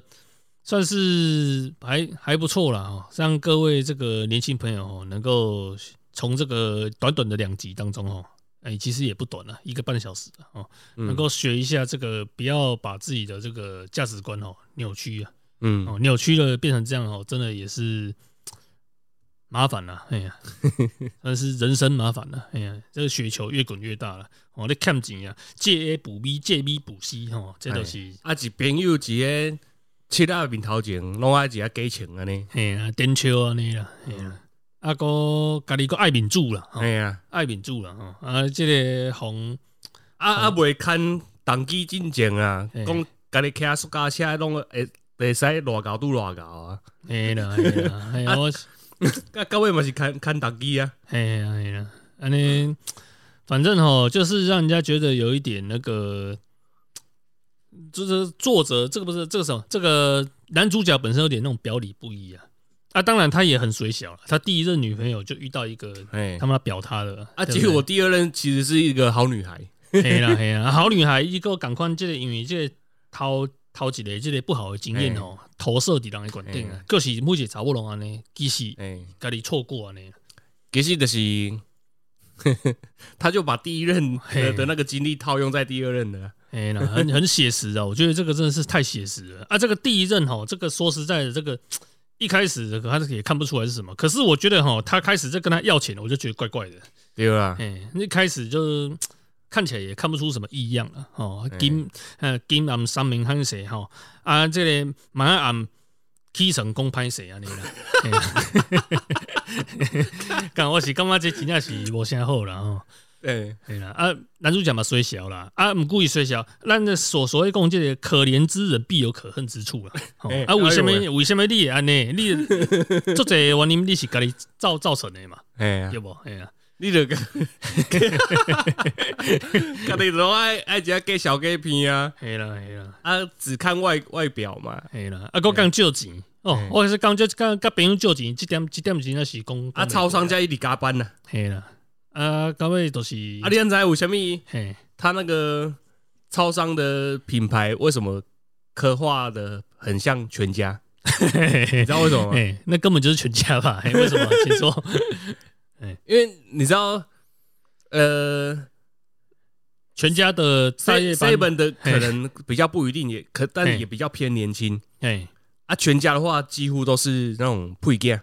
算是还还不错啦哦，让各位这个年轻朋友哦，能够从这个短短的两集当中哦，哎，其实也不短了，一个半小时了哦，
嗯
能够学一下这个，不要把自己的这个价值观哦扭曲啊，
嗯，
哦扭曲了变成这样哦，真的也是麻烦了，哎呀，但是人生麻烦了，哎呀，这个雪球越滚越大了，哦，你看紧啊，借 A 补 B，借 B 补 C，哦，这都、是。
啊，一朋友一个七大面头前，拢爱一个给钱安尼。
嘿啊，颠秋安尼啦，嘿啦，啊个家己个爱民主啦，吼哦
哎呀，
爱民主啦，吼啊，即个红
啊啊，未看动机进前
哦
啊，
嘿
讲家己骑塑胶车拢会会使偌高拄偌高啊。
嘿哎啦嘿啦，嘿啊我
啊，到尾嘛是看看动机啊。
嘿啦嘿啦，安尼，哎反正吼，就是让人家觉得有一点那个，就是作者这个不是这个什么，这个男主角本身有点那种表里不一啊。啊，当然他也很水小啦，他第一任女朋友就遇到一个
哎
他，妈表他的
啊，
对不
结
对
果我第二任其实是一个好女孩。
嘿啦嘿啦，好女孩伊个赶快即个因为即个偷偷一个即个不好的经验
哎
哦，投射伫人的观顶啊
嘿，
就是每一个查某拢安尼，其实
哎，
家己错过安尼。
其实就是， 他就把第一任的
嘿
的那个经历套用在第二任的。啊
哎啦，很很写实啊，我觉得这个真的是太写实了啊！这个第一任哦，这个说实在的，这个一开始可他也看不出来是什么，可是我觉得哈，他开始在跟他要钱，我就觉得怪怪的。
对啊，
哎、一开始就是看起来也看不出什么异样了哦。金呃金暗三明汉谁哈啊，这个马暗起成功拍谁啊你啦。 干我是感觉这真正是无啥好啦吼，
对，
对啦啊，男主角嘛衰小啦啊，毋故意衰小，咱的所所谓讲这个可怜之人必有可恨之处啦。吼
哎
啊，为什么
哎呦
为什么你会安尼？你 做这原因你是家己造造成的嘛，
哎呀
对，不？哎呀。
你就跟， 家己都爱爱只哎给小给片啊，
嘿啦嘿啦，
啊，只看外外表嘛。
嘿啦，啊，我讲借钱哦
嘿，
我是讲这讲甲朋友借钱，即点即点真正是讲
啊，超商
家
家一直加班呐、啊。
嘿啦，啊，到尾就是
啊，你安知为什么
嘿，
他那个超商的品牌为什么刻画的很像全家？
你
你知道为什么吗？
嘿，那根本就是全家吧？嘿，为什么？请说。
因为你知道，呃
全家的大夜班，
，seven 的可能比较不一定，也可但
嘿
也比较偏年轻。
嘿，
啊，全家的话几乎都是那种配件，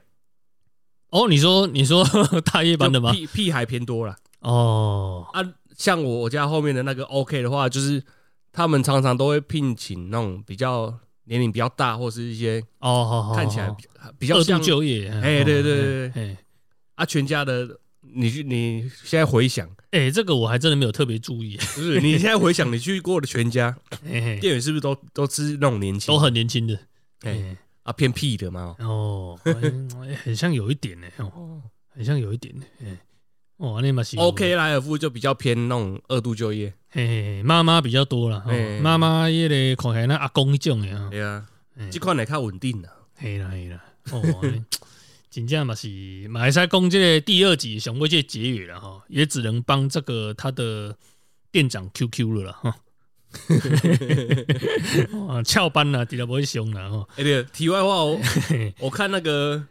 哦，你说你说 大夜班的吗
就？屁屁孩偏多啦。
哦，
啊，像我家后面的那个 OK 的话，就是他们常常都会聘请那种比较年龄比较大，或是一些
哦，好好，
看起来比比较
二度
像
就业，
哎对对对对
对，
啊全家的。你去，你现在回想，
哎，这个我还真的没有特别注 意，哎
不是你现在回想，你去过的全家
嘿嘿
店员是不是都都是那种年轻
都很年轻的，
哎
哎，
啊偏屁的嘛？
哦，哎很像有一点呢，哦。
哦
很像有一点呢、欸。哦，那嘛是有
，OK 莱尔夫就比较偏那种二度就业，
嘿嘿，嘿妈妈比较多啦，
嘿
哦妈妈迄个看起来那阿公迄种的啊，
对啊
嗯，
这款来较稳定啊啦。
嘿啦嘿啦， 哦，安尼真正嘛是，嘛会使讲这个第二集上尾这个结语了哈，也只能帮这个他的店长 QQ 了啦 哈。哇，翘班啦，除了不会凶啦吼，
哎，对，题外话，我
嘿
我看那个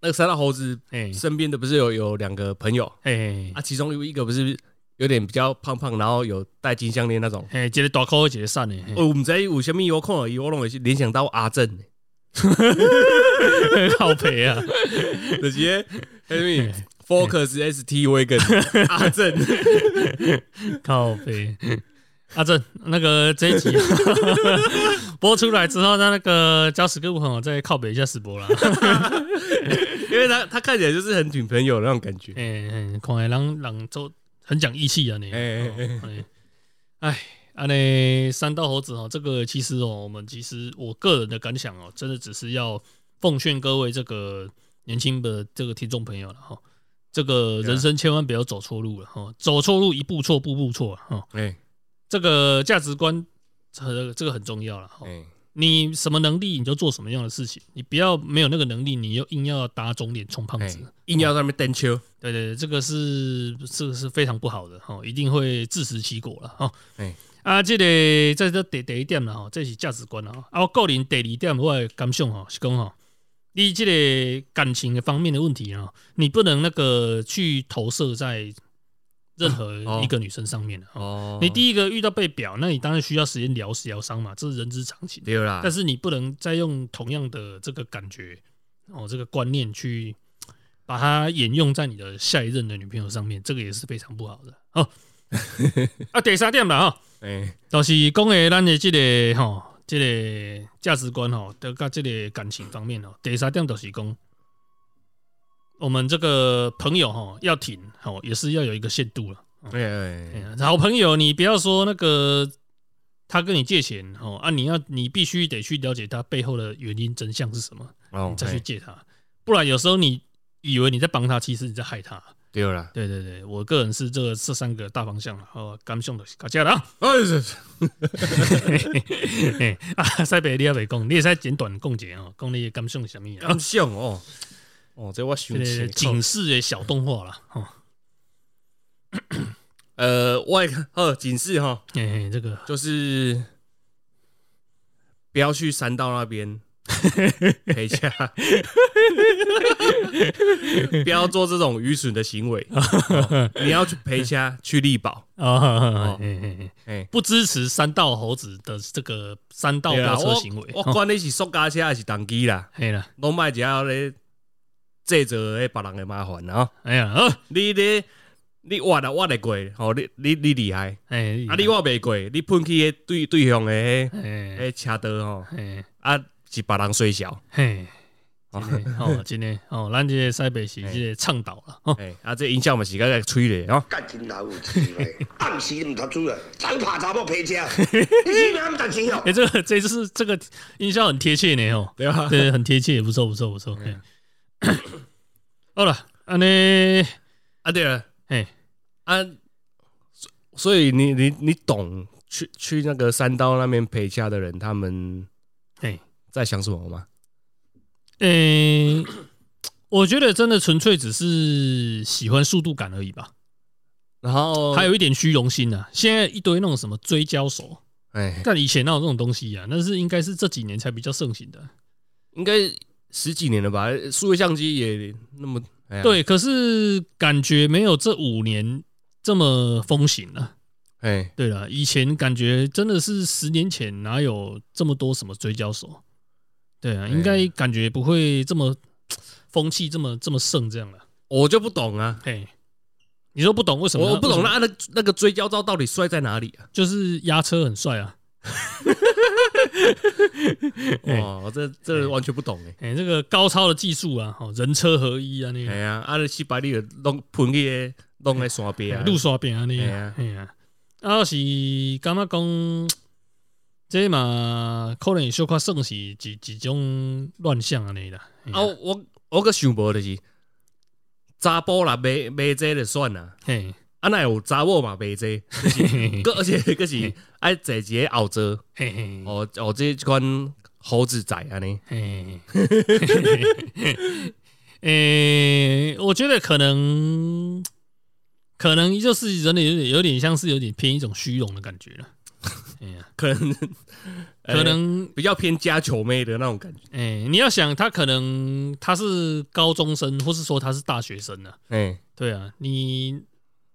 那个三大猴子
嘿
身边的不是有有两个朋友
嘿
啊，其中有一个不是有点比较胖胖，然后有戴金项链那种。
嘿，一个大口，一个瘦的，嘿
哦，我们在有什么有空而已，我拢会联想到阿正，
靠赔啊，
直接 Henry Focus ST Wagon 阿正，
靠背。阿正，那个这一集 播出来之后，那那个搅屎哥朋友再靠北一下史博啦。
因为他他看起来就是很女朋友的那种感觉。
哎哎，看来人人都很讲义气啊你。
哎哎哎
哎，哎，安尼三道猴子哦，这个其实哦，我们其实我个人的感想哦，真的只是要奉劝各位这个年轻的这个听众朋友了哈，这个人生千万不要走错路了哈，走错路一步错步步错啊哈，
哎
这个价值观呃这个很重要了哈。
哎，
你什么能力你就做什么样的事情，你不要没有那个能力，你又硬要打肿脸充胖
哎
子。
硬要在那边蹬球，
对对对，这个是这个是非常不好的哦哈，一定会自食其果了哈。
哎
啊，这个在这第第一点啦吼，这是价值观啦吼。啊，我个人第二点我的感想哦吼是讲吼，你这个感情的方面的问题啊，你不能那个去投射在任何一个女生上面的哦。
啊哦，
你第一个遇到被表，那你当然需要时间疗疗伤嘛，这是人之常情。
对啦，
但是你不能再用同样的这个感觉哦，这个观念去把它沿用在你的下一任的女朋友上面，这个也是非常不好的哦。啊，第三点啦哈，
哎
就是讲诶，咱的这个吼，这个价值观吼，得跟这个感情方面哦，第三点就是讲，我们这个朋友吼要挺吼，也是要有一个限度了。
哎哎
哎呀好朋友，你不要说那个他跟你借钱哦啊，你要你必须得去了解他背后的原因真相是什么，
哦
你，再去
哎
借他，不然有时候你以为你在帮他，其实你在害他。
对啦，
对对对，我个人是这个这三个大方向啦哦，感想就是到这 了啊。
哎是是
嘿啊，塞北你也未讲，你也使简短讲一下哦，讲你的感想是啥物啊
感？想哦，哦，这我
这
想
个
起，
警示的小动画啦，哦，
呃，我的呃警示哈，
嘿嘿，这个
就是不要去山道那 边陪嫁， 不要做这种愚蠢的行 为。哦你要去陪嫁，去力保。
啊，嘿嘿嘿
哎，
不支持三道猴子的这个三道
对
飙
啊，
车
我
行为。
我
哦
管你是塑胶车还是动机啦，
嘿啦，
拢卖只要咧制造迄别人的麻烦啊！
哎呀，哦，
你咧你挖来挖得过，吼、你你你厉害，
哎，
啊你，挖袂过，你喷去迄对对方的迄、
哎
迄车道吼，
哎
啊是别人衰小。
嘿，
哦
真的哦，真的哦，咱这个西北是这个倡导了哦，
哎、啊，这音效嘛是甲个吹咧吼，
甲真老有智慧，暗时毋读书啊，早拍查某皮车，你死命毋读书哦
哎，。这个这次这个音效很贴切呢哦，
对啊吧？
对，很贴切，不错不错不错。嘿
嗯
好了，安尼，
啊，对了，
嘿，
啊，所所以你你你懂去去那个三刀那边陪嫁的人，他们
嘿，
在想什么吗？
诶，我觉得真的纯粹只是喜欢速度感而已吧。
然后
还有一点虚荣心啊。现在一堆那种什么追焦手，
哎，
但以前哪有这种东西啊？那是应该是这几年才比较盛行的。
应该十几年了吧？数位相机也那么，哎呀，
对，可是感觉没有这五年这么风行了、
哎，
对了，以前感觉真的是十年前哪有这么多什么追焦手？对啊，应该感觉不会这么风气这么这么盛这样了。
我就不懂啊，
嘿，你说不懂为什么？啊
我不懂
为
啊
什么
那那那个追焦照到底帅在哪里啊？
就是压车很帅啊。哎
哦，这这完全不懂哎。
哎、这个高超的技术啊，哦，人车合一啊，那个
哎呀，啊，那西百里弄喷去的弄来山边啊，
路刷边安尼
嘿
啊
啊，
哎呀，啊我是感觉讲，这嘛可能小可算是一一种乱象安尼啦。嘿
啊，我我个想无就是，查甫啦买买这就算啦，
嘿，
啊那有查某嘛 买这，
嘿嘿
个而且个是爱坐一个后座，
嘿嘿
哦哦这款猴子仔安尼，
嘿嘿， 诶，我觉得可能，可能就是人的有点有点像是有点偏一种虚荣的感觉了。哎 呀，
可能
可
呃
能
比较偏家球妹的那种感觉，
哎、你要想他可能他是高中生，或是说他是大学生呢、啊？
哎
对啊，你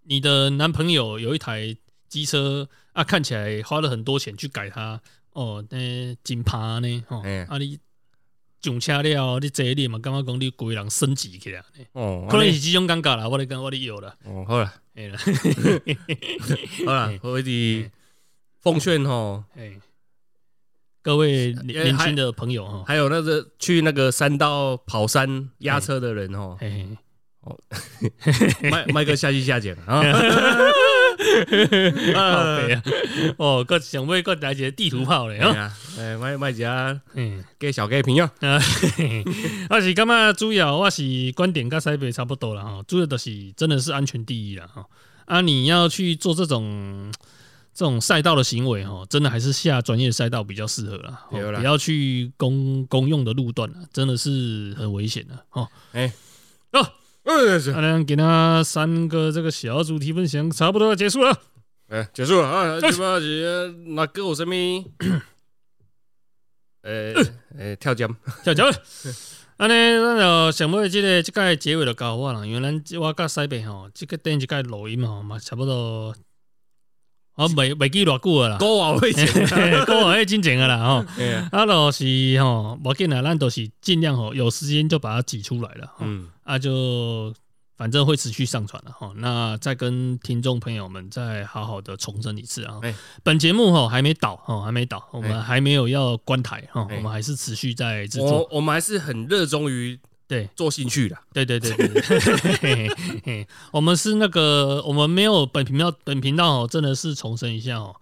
你的男朋友有一台机车啊，看起来花了很多钱去改它哦，那金牌呢？哦，
哎
啊你上车了，你坐你嘛，感觉讲你规人升级起来呢，
哦，
可
安
能
尼
是这种尴尬啦，我咧讲我咧有啦，
哦好啦
哎啦，
好啦，我是奉劝吼，
哎，各位
哎
年年
还
轻的朋友哈，
还有那个去那个山道跑山压车的人吼，
嘿嘿，
麦麦哥下去下剪 啊，
靠北啊哦，个想要个来一个地图炮嘞，
哎
哦
呀，哎麦麦家
嗯，
给小给评啊，
啊，嘿嘿我是感觉主要我是观点跟西北差不多了哈，主要就是真的是安全第一了哈。啊，你要去做这种这种赛道的行为哈，真的还是下专业赛道比较适合啦，哦
对啦
不要去公公用的路段了，啊真的是很危险的哦。
哎，
哦，
嗯，是
阿亮给他三个这个小主题分享差不多要结束了，
哎，结束了啊！这把是那个有什么？呃呃，跳江，
跳脚。安尼，咱就想要即个即个结尾就到我啦，因为咱啊我甲西北吼，即个顶一届录音吼嘛，差不多，我袂袂记偌久啊啦，
高啊，我以前。
够啊，迄真前啊啦吼。
哎呀
啊，就是吼，无要紧啦，咱就是尽量吼，有时间就把它挤出来了。吼
嗯，
啊，就反正会持续上传了哈。那再跟听众朋友们再好好的重申一次啊
哎。
本节目哈还没倒哈，还没倒，我们
哎
还没有要关台哈，
哎
我们还是持续在制
我
作。
我们还是很热衷于
对
做兴趣的。
对对对对 对嘿嘿嘿，我们是那个我们没有本频道本频道哦，真的是重申一下哦。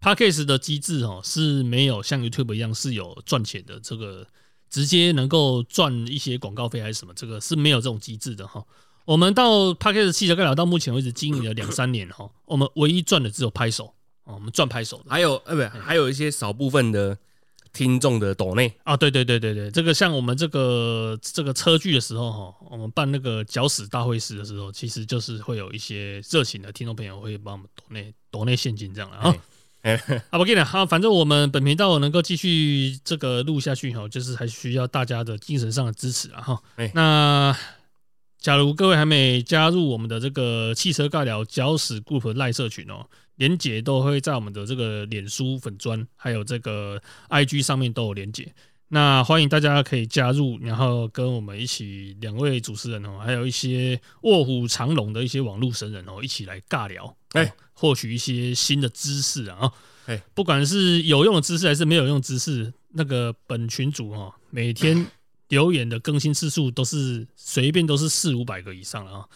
p a c k a g e 的机制哦，是没有像 YouTube 一样是有赚钱的，这个直接能够赚一些广告费还是什么，这个是没有这种机制的哈、我们到 p a c k a g e 汽车盖聊到目前为止经营了两三年哈、哦我们唯一赚的只有拍手哦，我们赚拍手的
还有呃，不，还有一些少部分的听众的抖内，
啊，对对对对对，这个像我们这个这个车距的时候哈，我们办那个搅屎大会师的时候，其实就是会有一些热情的听众朋友会帮我们抖内抖内现金这样了啊。
哎
啊，我跟你讲，好，反正我们本频道能够继续这个录下去哈，就是还需要大家的精神上的支持啊哈
哎。
那假如各位还没加入我们的这个汽车尬聊搅屎 group 赖社群哦，连结都会在我们的这个脸书粉砖还有这个 IG 上面都有连结。那欢迎大家可以加入，然后跟我们一起两位主持人哦，还有一些卧虎藏龙的一些网络神人哦，一起来尬聊，
哎
获取一些新的知识啊、哦。
哎
不管是有用的知识还是没有用的知识，那个本群主哦，每天留言的更新次数都是随便都是四五百个以上了 啊、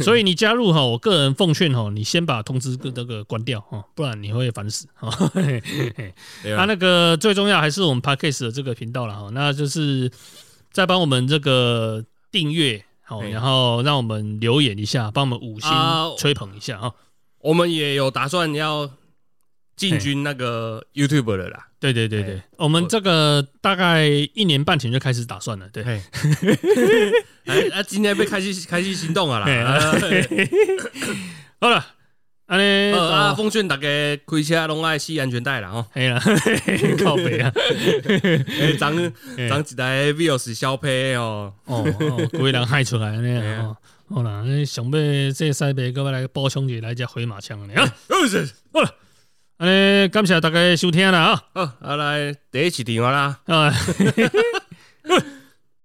所以你加入哈，我个人奉劝哈，你先把通知那个关掉哈，不然你会烦死哦哈。 嘿嘿嘿
对吧
啊，那个最重要还是我们 Podcast 的这个频道了哈，那就是再帮我们这个订阅好，
哎
然后让我们留言一下，帮我们五星
啊
吹捧一下啊。
我们也有打算要进军那个 YouTube 了啦。
对对对对
哎，
我们这个大概一年半前就开始打算了，对。
哎， 哎啊，今天被开始开始行动啊啦！
哎
啊
好了，安尼
呃啊，
啊，
奉劝大家开车拢爱系安全带啦哦。
嘿啦， 靠北啊，
哎，咱咱一台 Vios 小配哦，
哦哦，鬼人害出来安尼
嘿
啊
啊
哦，好啦，你想要这西北哥要来补充一下来只回马枪安尼啊，
是
好了，
哎
安尼感
哦
谢大家的收听啦啊。Uh,
好，啊来第一次电话啦。
啊，